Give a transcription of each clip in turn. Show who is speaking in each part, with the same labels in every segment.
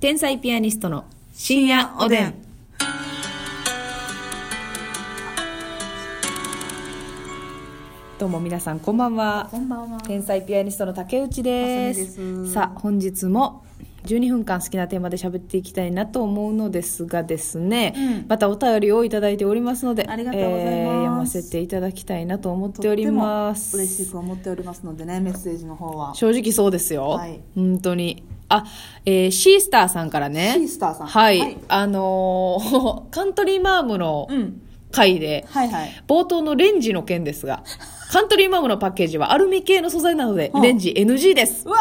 Speaker 1: 天才ピアニストの深夜おでん。どうも皆さんこんばんは。
Speaker 2: こんばんは。
Speaker 1: 天才ピアニストの竹内です。
Speaker 2: ますみです
Speaker 1: さあ本日も12分間好きなテーマで喋っていきたいなと思うのですがですね、
Speaker 2: うん
Speaker 1: またお便りをいただいておりますので
Speaker 2: ありがとうございます
Speaker 1: えー読ませていただきたいなと思っ
Speaker 2: とって
Speaker 1: おります
Speaker 2: ても嬉しく思っておりますのでね、メッセージの方は。シ
Speaker 1: 正直そうですよ、
Speaker 2: はい
Speaker 1: 本当にあ、えーシースターさんからね
Speaker 2: ースターさん。
Speaker 1: はい、あのー カントリーマームの
Speaker 2: うん。
Speaker 1: 回で、
Speaker 2: はいはい。
Speaker 1: 冒頭のレンジの件です がカントリーマームのパッケージはアルミ系の素材なので
Speaker 2: うん
Speaker 1: レンジ NG です
Speaker 2: うわ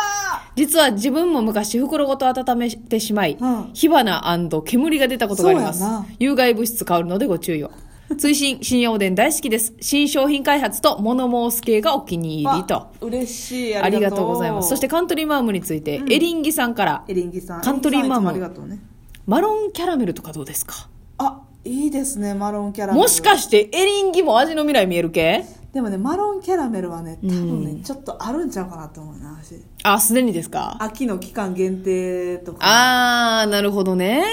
Speaker 1: 実は自分も昔袋ごと温めてしまい、
Speaker 2: うん
Speaker 1: 火花煙が出たことがあります
Speaker 2: そうやな
Speaker 1: 有害物質香るのでご注 意を追伸新用電大好きです新商品開発と物申す系がお気に入りと。
Speaker 2: うわ嬉しい。
Speaker 1: ありがとうございますそして、カントリーマームについて、エリンギさんから
Speaker 2: エリンギさん。
Speaker 1: カントリーマンも
Speaker 2: エリンギさんいつもありがとうね。
Speaker 1: マロンキャラメルとかどうですか
Speaker 2: あ、いいですね、マロンキャラメル。
Speaker 1: もしかしてエリンギも味の未来見える系
Speaker 2: でもね、マロンキャラメルはね、多分ね、
Speaker 1: うん
Speaker 2: ちょっとあるんちゃうかなと思うな、私。
Speaker 1: あすでにですか
Speaker 2: 秋の期間限定とか、
Speaker 1: あーなるほどね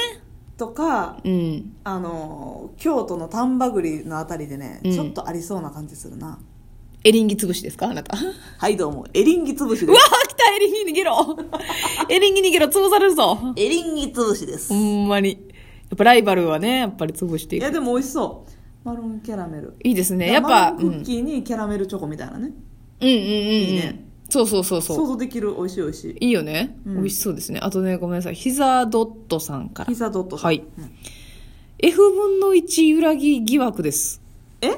Speaker 2: とか、
Speaker 1: うん
Speaker 2: あの、京都の丹波栗のあたりでね、
Speaker 1: うん
Speaker 2: ちょっとありそうな感じするな。
Speaker 1: エリンギ潰しですかあな た
Speaker 2: はい、どうも、エリンギ潰し
Speaker 1: う
Speaker 2: で
Speaker 1: わ
Speaker 2: す。
Speaker 1: ー来たエリンギ逃げろ エリンギ逃げろ潰されるぞ
Speaker 2: エリンギ潰しです
Speaker 1: ほ。んまにやっぱライバルはねやっぱり潰してい
Speaker 2: いや
Speaker 1: く
Speaker 2: でも美味しそうマロンキャラメル
Speaker 1: いいですねやっぱ、
Speaker 2: マ
Speaker 1: う
Speaker 2: ロ
Speaker 1: ん、
Speaker 2: ン
Speaker 1: うん
Speaker 2: ク
Speaker 1: うん
Speaker 2: ッキーにキャラメルチョコみたいなね、
Speaker 1: うんうん
Speaker 2: いね
Speaker 1: そうそうそうそう
Speaker 2: 想像できる美味しい美味しい
Speaker 1: いいよね、
Speaker 2: うん
Speaker 1: 美味しそうですねあとねごめんなさいヒザドットさんから
Speaker 2: ピザドットさん
Speaker 1: はい
Speaker 2: うん、
Speaker 1: F 分の1揺らぎ疑惑です
Speaker 2: え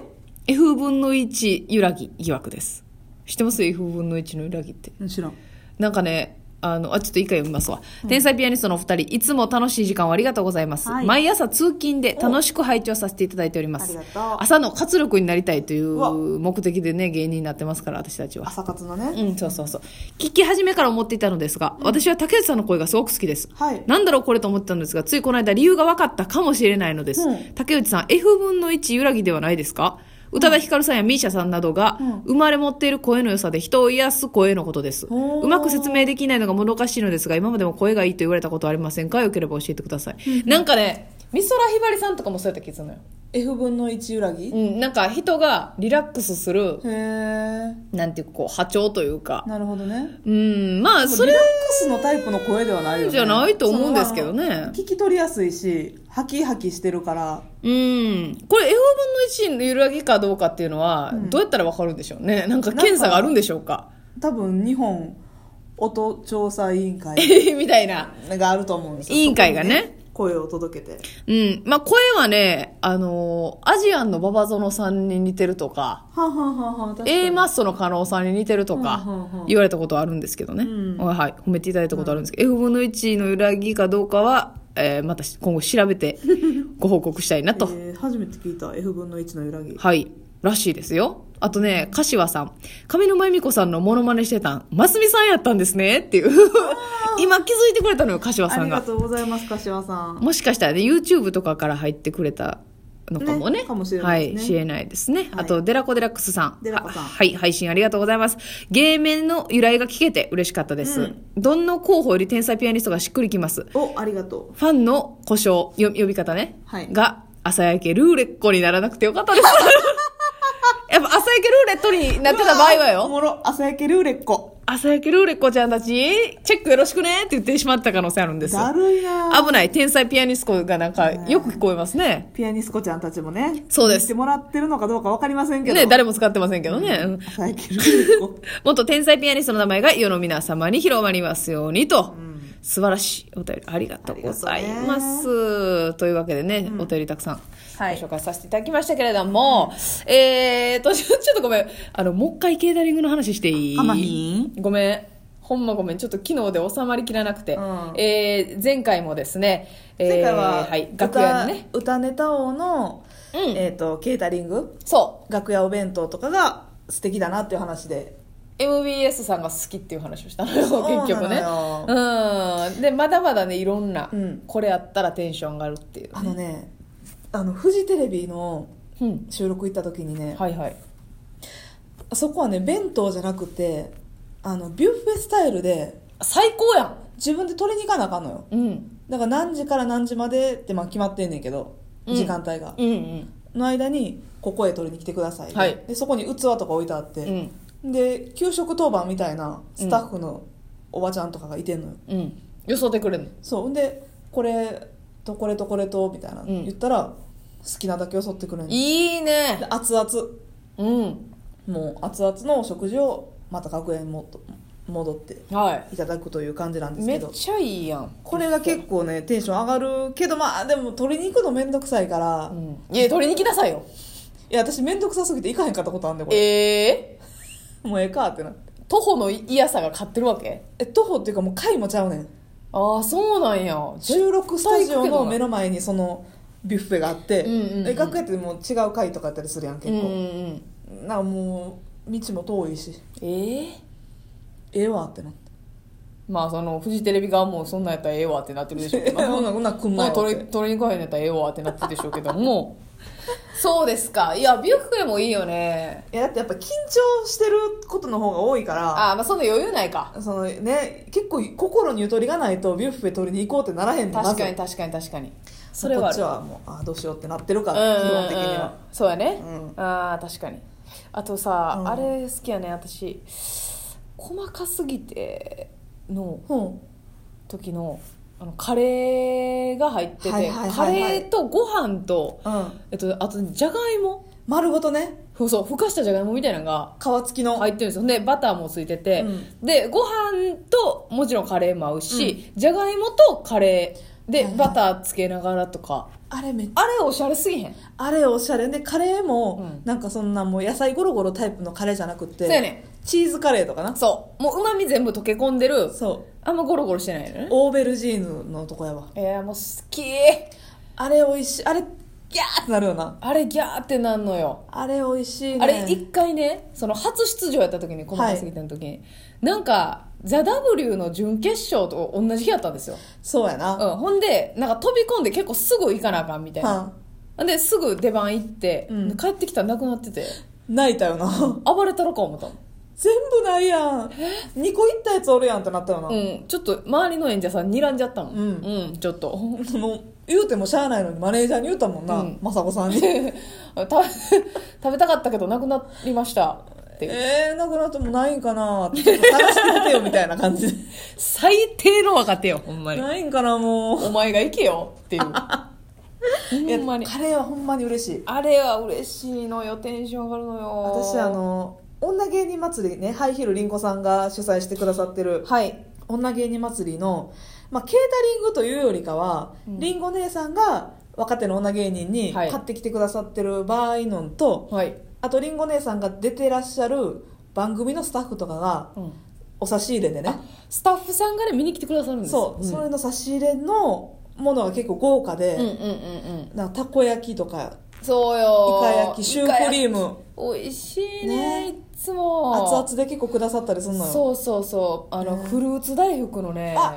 Speaker 1: F 分の1揺らぎ疑惑です知ってます F 分の1の揺らぎって
Speaker 2: うん知らん
Speaker 1: なんかねあのあちょっと一回読みますわ、天才ピアニストのお二人いつも楽しい時間をありがとうございます、
Speaker 2: はい
Speaker 1: 毎朝通勤で楽しく拝聴させていただいておりま
Speaker 2: あり
Speaker 1: す
Speaker 2: がとう
Speaker 1: 朝の活力になりたいという
Speaker 2: うわ
Speaker 1: 目的でね芸人になってますから私たちは
Speaker 2: 朝活のね、
Speaker 1: うんそうそうそう聞き始めから思っていたのですが、私は竹内さんの声がすごく好きです
Speaker 2: はい
Speaker 1: なんだろうこれと思ってたんですがついこの間理由が分かったかもしれないのです、
Speaker 2: うん
Speaker 1: 竹内さん F 分の1揺らぎではないですか宇多田ヒカルさんや MISIA さんなどが
Speaker 2: うん
Speaker 1: 生まれ持っている声の良さで人を癒す声のことです、
Speaker 2: ほう
Speaker 1: うまく説明できないのがもどかしいのですが今までも声がいいと言われたことはありませんかよければ教えてください、なんかね美空ひばりさんとかもそうやった気がするのよ、
Speaker 2: F 分の1揺らぎ、
Speaker 1: う
Speaker 2: へ
Speaker 1: ん、なんか人がリラックスする
Speaker 2: え
Speaker 1: なんていうかこう波長というか
Speaker 2: なるほどね
Speaker 1: うんまあそ
Speaker 2: リ
Speaker 1: れ
Speaker 2: ラックスのタイプの声ではないよね
Speaker 1: じゃないと思うんですけどね
Speaker 2: そのまあ聞き取りやすいしハキハキしてるから
Speaker 1: うん、これ F 分の1の揺らぎかどうかっていうのは、
Speaker 2: うん
Speaker 1: どうやったらわかるんでしょうねなんか検査があるんでしょうか
Speaker 2: 多分日本音調査委員会
Speaker 1: みたいな
Speaker 2: があると思うんですよ
Speaker 1: 委員会がね
Speaker 2: そこに声を届けて
Speaker 1: うんまあ声はねあのーアジアンのババゾノさんに似てるとか
Speaker 2: はあ、はあはあはあ、確かに
Speaker 1: A マストの加納さんに似てるとか
Speaker 2: うんうんうん
Speaker 1: 言われたことはあるんですけどね、
Speaker 2: うん
Speaker 1: はいはい褒めていただいたことあるんですけど、F 分の1の揺らぎかどうかは、えーまた今後調べてご報告したいなと
Speaker 2: えー初めて聞いた F 分の1の揺らぎ
Speaker 1: はい。らしいですよ。あとね、柏さん。上沼恵美子さんのモノマネしてたん、ますみさんやったんですねっていう。今気づいてくれたのよ、柏
Speaker 2: あ
Speaker 1: さん
Speaker 2: りが
Speaker 1: が。
Speaker 2: とうございます柏さん
Speaker 1: もしかしたらね、YouTube とかから入ってくれたのかもね。
Speaker 2: ねかもしれないですね
Speaker 1: はい、知れないですね。
Speaker 2: はい
Speaker 1: あと、デラコデラックスさん。
Speaker 2: デラコさん
Speaker 1: ははい、配信ありがとうございます。芸名の由来が聞けて嬉しかったです。
Speaker 2: うん
Speaker 1: どんな候補より天才ピアニストがしっくりきます。
Speaker 2: おありがと
Speaker 1: ファンの故障、よ呼び方ね。
Speaker 2: はい
Speaker 1: が、朝焼けルーレッコにならなくてよか ったです。やっぱ朝焼けルーレットにな
Speaker 2: う
Speaker 1: ってた場合は
Speaker 2: うわお
Speaker 1: よ。
Speaker 2: もろ朝焼けルーレッコ
Speaker 1: 朝焼けルーレッコちゃんたち、チェックよろしくねって言ってしまった可能性あるんです。
Speaker 2: だるいな
Speaker 1: 危ない。天才ピアニスコがなんか、よく聞こえますね。
Speaker 2: ピアニスコちゃんたちもね
Speaker 1: そうです
Speaker 2: 見てもらってるのかどうか分かりませんけど
Speaker 1: ね、誰も使ってませんけどね。うん
Speaker 2: 朝焼けルーレッコ
Speaker 1: もっと天才ピアニストの名前が世の皆様に広まりますようにと、
Speaker 2: ん
Speaker 1: 素晴らしいお便りありがとうございます。というわけでね、お便りたくさんご
Speaker 2: はい
Speaker 1: 紹介させていただきましたけれども、えーと、ちょちょっとごめん、あの、もう一回ケータリングの話していい
Speaker 2: あまひん
Speaker 1: ごめん。ほんまごめん。ちょっと昨日で収まりきらなくて。
Speaker 2: うん
Speaker 1: えー前回もですね、 えー
Speaker 2: 前回は、
Speaker 1: はい、
Speaker 2: 歌
Speaker 1: 楽屋にね。
Speaker 2: 歌ネタ王の、
Speaker 1: うん
Speaker 2: えー、とケータリング
Speaker 1: そう。
Speaker 2: 楽屋お弁当とかが素敵だなっていう話で
Speaker 1: MBS さんが好きっていう話をしたのよ
Speaker 2: そうなのよ
Speaker 1: 結局ねうんでまだまだねいろんな、
Speaker 2: うん
Speaker 1: これあったらテンション上がるっていう
Speaker 2: あのねあのフジテレビの
Speaker 1: うん
Speaker 2: 収録行った時にね、
Speaker 1: はいはい
Speaker 2: そこはね弁当じゃなくてあのビュッフェスタイルで
Speaker 1: 最高やん
Speaker 2: 自分で取りに行かなあかんのよ
Speaker 1: うん。
Speaker 2: だから何時から何時までってまあ決まってんねんけど、
Speaker 1: うん
Speaker 2: 時間帯が
Speaker 1: うんうん。
Speaker 2: の間にここへ取りに来てください、
Speaker 1: はい
Speaker 2: でそこに器とか置いてあっ
Speaker 1: う
Speaker 2: て、
Speaker 1: ん。
Speaker 2: で給食当番みたいなスタッフのおばちゃんとかがいてんのよ、
Speaker 1: うん。よそってくれんの。
Speaker 2: そうでこれとこれとこれとみたいな、
Speaker 1: ん
Speaker 2: 言ったら好きなだけよそってくれんので
Speaker 1: いいね。
Speaker 2: 熱々
Speaker 1: うん。
Speaker 2: もう熱々のお食事をまた学園にもっと戻って
Speaker 1: はい
Speaker 2: ただくという感じなん
Speaker 1: い。
Speaker 2: です
Speaker 1: め
Speaker 2: け
Speaker 1: っ
Speaker 2: ど
Speaker 1: ちゃいいやん。
Speaker 2: これが結構ねテンション上がるけどまあでも取りに行くの面倒くさいから、
Speaker 1: う
Speaker 2: い
Speaker 1: ん。いや、取りに来なさいよ。
Speaker 2: や私面倒くさすぎて行かへんかったことあんでこれ
Speaker 1: ええ
Speaker 2: もうええかってなって
Speaker 1: 徒歩の嫌さが勝ってるわけ
Speaker 2: え徒歩っていうかもう回もちゃうねん
Speaker 1: ああ、そうなんや。
Speaker 2: 収録スタジオ
Speaker 1: 絶対行くけど
Speaker 2: の
Speaker 1: な
Speaker 2: 目の前にそのビュッフェがあって、
Speaker 1: うんうんうん
Speaker 2: え楽屋ってもう違う回とかあったりするやん結
Speaker 1: うんうん
Speaker 2: 構、
Speaker 1: うん。
Speaker 2: なんかもう道も遠いし
Speaker 1: ええ
Speaker 2: ええわってなって
Speaker 1: まあそのフジテレビ側もそんなんやったらええわってなってるでしょう けど
Speaker 2: ほんならこんなん来んなよって
Speaker 1: 取り取りに来へんやったらええわってなってるでしょうけども そうですかいやビュッフェもいいよね
Speaker 2: いやだってやっぱ緊張してることの方が多いから
Speaker 1: ああまあそんな余裕ないか
Speaker 2: そのね結構心にゆとりがないとビュッフェ取りに行こうってならへんねんま
Speaker 1: 確
Speaker 2: ず
Speaker 1: かに確かに確かにそ
Speaker 2: そ
Speaker 1: れ
Speaker 2: れ
Speaker 1: は
Speaker 2: は
Speaker 1: あ
Speaker 2: こ
Speaker 1: る
Speaker 2: っちはもうあーどうしようってなってるか
Speaker 1: うんうん
Speaker 2: ら
Speaker 1: うん
Speaker 2: 基本的には
Speaker 1: そうやね、
Speaker 2: う
Speaker 1: ああ確かにあとさ、
Speaker 2: うん
Speaker 1: あれ好きやね私細かすぎての
Speaker 2: うん
Speaker 1: 時のあのカレーが入ってて、
Speaker 2: はいはいはいはい
Speaker 1: カレーとご飯と、
Speaker 2: うん
Speaker 1: えっと、あとじゃがいも
Speaker 2: 丸ごとね
Speaker 1: そうそうふかしたじゃがいもみたいなのが
Speaker 2: 皮付きの、
Speaker 1: 入ってるんですよでバターもついてて、
Speaker 2: う
Speaker 1: でご飯ともちろんカレーも合うし、じゃがいもとカレーで、
Speaker 2: はいはい
Speaker 1: バターつけながらとか
Speaker 2: あれめっちゃ
Speaker 1: あれおしゃれすぎへん
Speaker 2: あれおしゃれでカレー
Speaker 1: うん
Speaker 2: もなんかそんなもう野菜ゴロゴロタイプのカレーじゃなくって
Speaker 1: そうやね
Speaker 2: チーズカレーとかな
Speaker 1: そうもううまみ全部溶け込んでる
Speaker 2: そう
Speaker 1: あんまゴロゴロしてないのね
Speaker 2: オーベルジーヌのとこやわ
Speaker 1: えー、もう好き
Speaker 2: あれ美味しいあれギャーってなるよな
Speaker 1: あれギャーってなんのよ
Speaker 2: あれ美味しいね
Speaker 1: あれ一回ねその初出場やった時に細かすぎての時に、なんか「ザ・ w の準決勝と同じ日やったんですよ、
Speaker 2: そうやな
Speaker 1: うん、ほんでなんか飛び込んで結構すぐ行かなあかんみたいな、
Speaker 2: は
Speaker 1: ですぐ出番行って、
Speaker 2: うん
Speaker 1: 帰ってきたらなくなってて
Speaker 2: ん泣いたよな
Speaker 1: 暴れたろか思ったもん
Speaker 2: 全部ないやん2個いったやつおるやんってなったよな、
Speaker 1: うん、ちょっと周りの演者さん睨んじゃったもん
Speaker 2: うん
Speaker 1: うん、ちょっと
Speaker 2: もう言うてもしゃあないのにマネージャーに言ったもんな、
Speaker 1: うん
Speaker 2: 雅 子さんに
Speaker 1: 食べ食べたかったけどなくなりましたっていう
Speaker 2: えー、なくなってもないんかなってちょっと探してみてよみたいな 感じで
Speaker 1: 最低の若手よほんまに
Speaker 2: ないんかなもう
Speaker 1: お前が行けよっていうほんまに
Speaker 2: いやカレーはほんまに嬉しい
Speaker 1: あれは嬉しいのよテンション上がるのよ
Speaker 2: 私あの女芸人祭りねハイヒールりんこさんが主催してくださってる
Speaker 1: はい
Speaker 2: 女芸人祭りの、まあ、ケータリングというよりかは、
Speaker 1: うん
Speaker 2: りんご姉さんが若手の女芸人に
Speaker 1: はい
Speaker 2: 買ってきてくださってる場合のんと、
Speaker 1: はい、
Speaker 2: あとりんご姉さんが出てらっしゃる番組のスタッフとかが
Speaker 1: うん、
Speaker 2: お差し入れでね
Speaker 1: スタッフさんがね見に来てくださるんです
Speaker 2: そう、
Speaker 1: ん
Speaker 2: それの差し入れのものが結構豪華
Speaker 1: うんうん
Speaker 2: で、
Speaker 1: うんうん
Speaker 2: なんかたこ焼きとか
Speaker 1: そうよ
Speaker 2: イカ焼きシュークリーム
Speaker 1: ム美味しいね
Speaker 2: ね
Speaker 1: いつも
Speaker 2: 熱々で結構くださったりするのよ
Speaker 1: そうそうそうあの、
Speaker 2: ね
Speaker 1: フルーツ大福のね
Speaker 2: あ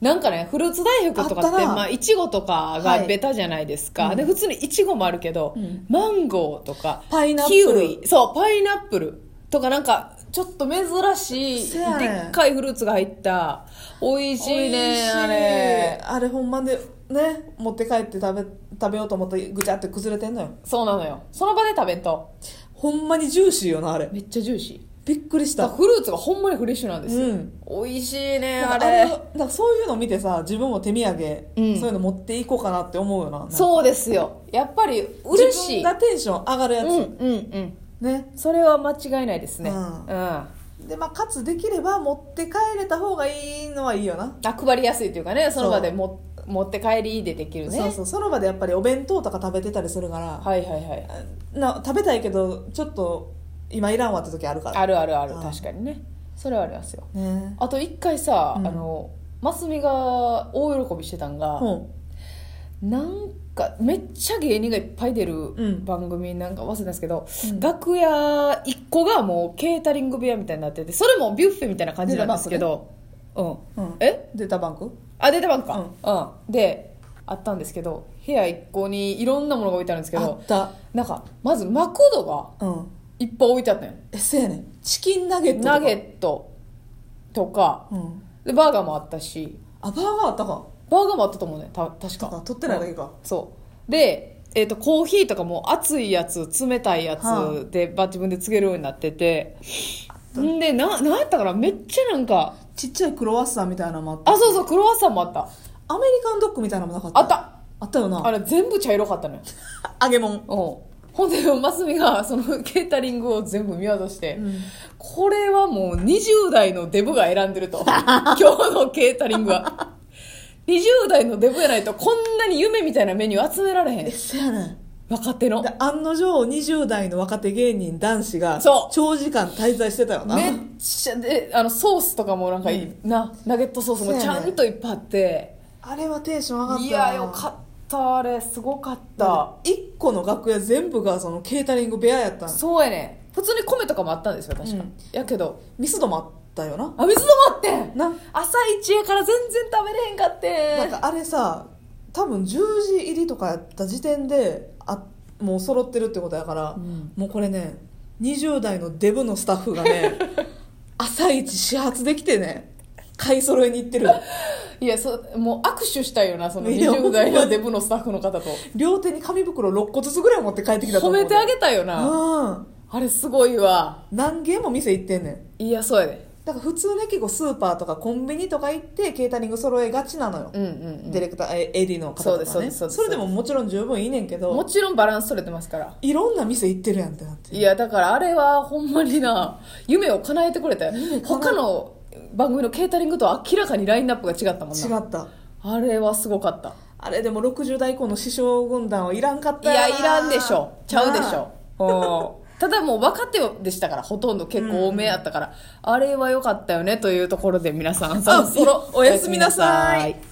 Speaker 1: なんかねフルーツ大福とか
Speaker 2: あ
Speaker 1: っ
Speaker 2: ってたな
Speaker 1: まあいちごとかが
Speaker 2: はい
Speaker 1: ベタじゃないですか、
Speaker 2: うん
Speaker 1: で普通にいちごもあるけど、
Speaker 2: うん
Speaker 1: マンゴーとか
Speaker 2: パイナップ
Speaker 1: キ
Speaker 2: ル
Speaker 1: ウイそうパイナップルとかなんかちょっと珍しい
Speaker 2: せやね
Speaker 1: でっかいフルーツが入った美味しいね
Speaker 2: 美味しい
Speaker 1: あれ
Speaker 2: あれほんまでね持って帰って食べ食べようと思ってぐちゃって崩れてんのよ
Speaker 1: そうなのよその場で食べんと
Speaker 2: ほんまにジューシーよなあれ
Speaker 1: めっちゃジューシー
Speaker 2: びっくりし
Speaker 1: だ
Speaker 2: た
Speaker 1: からフルーツがほんまにフレッシュなんですよ、
Speaker 2: うん
Speaker 1: 美味しいね
Speaker 2: な
Speaker 1: あ
Speaker 2: んか
Speaker 1: れ
Speaker 2: あれなんかそういうの見てさ自分も手土産、
Speaker 1: うん
Speaker 2: そういうの持っていこうかなって思うよなう
Speaker 1: そうですよやっぱり嬉しい
Speaker 2: 自分がテンション上がるやつ、
Speaker 1: うんうんうん
Speaker 2: ね
Speaker 1: それは間違いないですねう、
Speaker 2: うんん
Speaker 1: あ
Speaker 2: でまあかつできれば持って帰れた方がいいのはいいよな、
Speaker 1: 配りやすいというかねその場でも持って帰りでできるね
Speaker 2: そうそうその場でやっぱりお弁当とか食べてたりするから、
Speaker 1: はいはいはい
Speaker 2: な食べたいけどちょっと今いらんわって時あるから
Speaker 1: あるあるある
Speaker 2: うん
Speaker 1: 確かにねそれはありますよ
Speaker 2: ね
Speaker 1: あと一回さ、
Speaker 2: うん
Speaker 1: あのますみが大喜びしてたんが、
Speaker 2: うん
Speaker 1: なんかめっちゃ芸人がいっぱい出る
Speaker 2: うん
Speaker 1: 番組なんか忘れたんですけど、
Speaker 2: うん
Speaker 1: 楽屋一個がもうケータリング部屋みたいになっててそれもビュッフェみたいな感じなんですけど、うん、
Speaker 2: うん
Speaker 1: え
Speaker 2: データバンク
Speaker 1: あ出たばんか、うんであったんですけど部屋一個にいろんなものが置いてあるんですけ
Speaker 2: あ
Speaker 1: ど
Speaker 2: った
Speaker 1: なんかまずマクドが
Speaker 2: うん
Speaker 1: いっぱい置いてあったんよ
Speaker 2: えそうやねんチキンナゲットとか
Speaker 1: ナゲットとか
Speaker 2: うん
Speaker 1: でバーガーもあったし
Speaker 2: あバーガーあったか
Speaker 1: バーガーもあったと思うねた確
Speaker 2: とか
Speaker 1: か
Speaker 2: 取ってないだけか
Speaker 1: そうで、えー、とコーヒーとかも熱いやつ冷たいや
Speaker 2: は
Speaker 1: つで、ば自分でつけるようになっててんでななんやったかなめっちゃなんか
Speaker 2: ちっちゃいクロワッサンみたいなのもあった
Speaker 1: あそうそうクロワッサンもあった
Speaker 2: アメリカンドッグみたいなのもなかった
Speaker 1: あった
Speaker 2: あったよ
Speaker 1: あ
Speaker 2: な
Speaker 1: れ全部茶色かったのよ
Speaker 2: 揚げもん
Speaker 1: うんほんでマスミがそのケータリングを全部見渡して、
Speaker 2: うん
Speaker 1: これはもう20代のデブが選んでると 今日のケータリングは20代のデブやないとこんなに夢みたいなメニュー集められへ
Speaker 2: え
Speaker 1: ん
Speaker 2: そやねん
Speaker 1: 若手の
Speaker 2: で案の定20代の若手芸人男子が
Speaker 1: そう
Speaker 2: 長時間滞在してたよな、
Speaker 1: めっちゃであのソースとかもなんかいい、なナゲットソースもちゃんといっぱいあって、
Speaker 2: あれはテンション上がった
Speaker 1: いやよかったあれすごかった
Speaker 2: 1個の楽屋全部がそのケータリング部屋やったん
Speaker 1: そうやね普通に米とかもあったんですよ確か、
Speaker 2: うん
Speaker 1: やけど
Speaker 2: ミスドもあったよな
Speaker 1: あ水飲まってん
Speaker 2: な
Speaker 1: 朝一やから全然食べれへんかって
Speaker 2: なんかあれさ多分10時入りとかやった時点であもう揃ってるってことやから、
Speaker 1: うん
Speaker 2: もうこれね20代のデブのスタッフが ね朝一始発できてね買い揃えに行ってる
Speaker 1: いやそもう握手したいよなその
Speaker 2: いや
Speaker 1: 20代のデブのスタッフの方と
Speaker 2: 両手に紙袋6個ずつぐらい持って帰ってきたと
Speaker 1: 褒
Speaker 2: 思う
Speaker 1: めてあ
Speaker 2: て
Speaker 1: げたいよな
Speaker 2: うん
Speaker 1: あれすごいわ
Speaker 2: 何軒も店行ってんねん
Speaker 1: いやそうやで
Speaker 2: だから普通ね結構スーパーとかコンビニとか行ってケータリング揃えがちなのよ、
Speaker 1: うんうん、
Speaker 2: ディ
Speaker 1: う
Speaker 2: レクターえ AD の方と
Speaker 1: そう
Speaker 2: か、ね、
Speaker 1: ですそうですそうです
Speaker 2: それでももちろん十分いいねんけ
Speaker 1: ん、も
Speaker 2: ど
Speaker 1: ちろんバランス取れてますから
Speaker 2: いろんな店行ってるやんってなって
Speaker 1: いやだからあれはほんまにな夢を叶えてくれたよ
Speaker 2: 夢叶え
Speaker 1: 他の番組のケータリングと明らかにラインナップが違ったもん
Speaker 2: 違
Speaker 1: な
Speaker 2: った
Speaker 1: あれはすごかった
Speaker 2: あれでも60代以降の師匠軍団はいらんかっ
Speaker 1: い
Speaker 2: たよな
Speaker 1: やいらんでしょちゃうでしょうんただもう若手でしたからほとんど結構多めやったから、あれは良かったよねというところで皆さんそろそろ
Speaker 2: おやすみなさい
Speaker 1: おやすみな